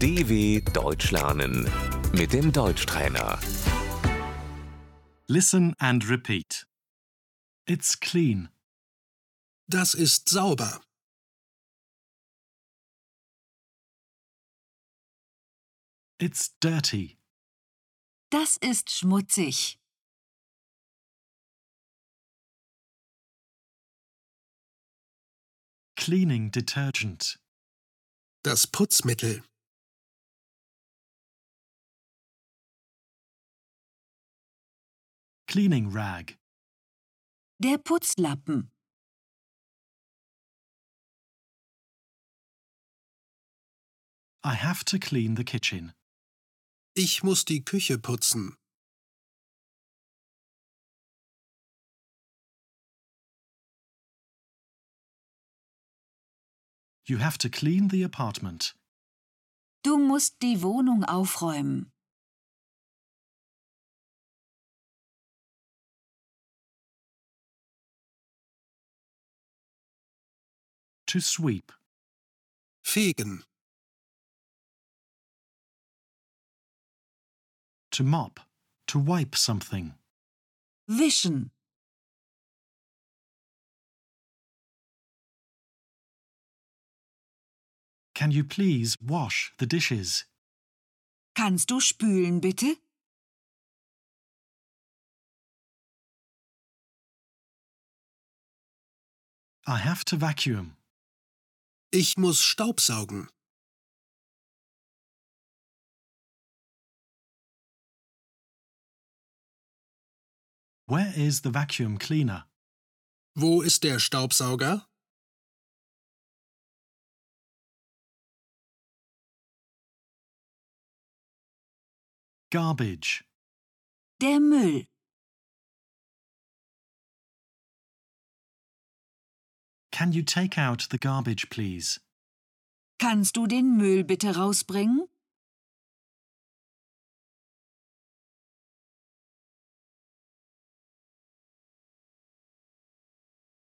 DW Deutsch lernen mit dem Deutschtrainer. Listen and repeat. It's clean. Das ist sauber. It's dirty. Das ist schmutzig. Cleaning detergent. Das Putzmittel. Cleaning rag. Der Putzlappen. I have to clean the kitchen. Ich muss die Küche putzen. You have to clean the apartment. Du musst die Wohnung aufräumen. To sweep. Fegen. To mop. To wipe something. Wischen. Can you please wash the dishes? Kannst du spülen bitte? I have to vacuum. Ich muss Staubsaugen. Where is the vacuum cleaner? Wo ist der Staubsauger? Garbage. Der Müll. Can you take out the garbage, please? Kannst du den Müll bitte rausbringen?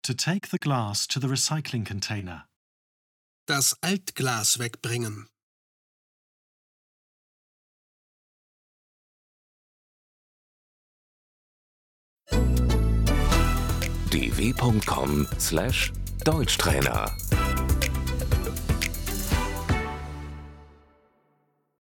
To take the glass to the recycling container. Das Altglas wegbringen. dw.com/deutschtrainer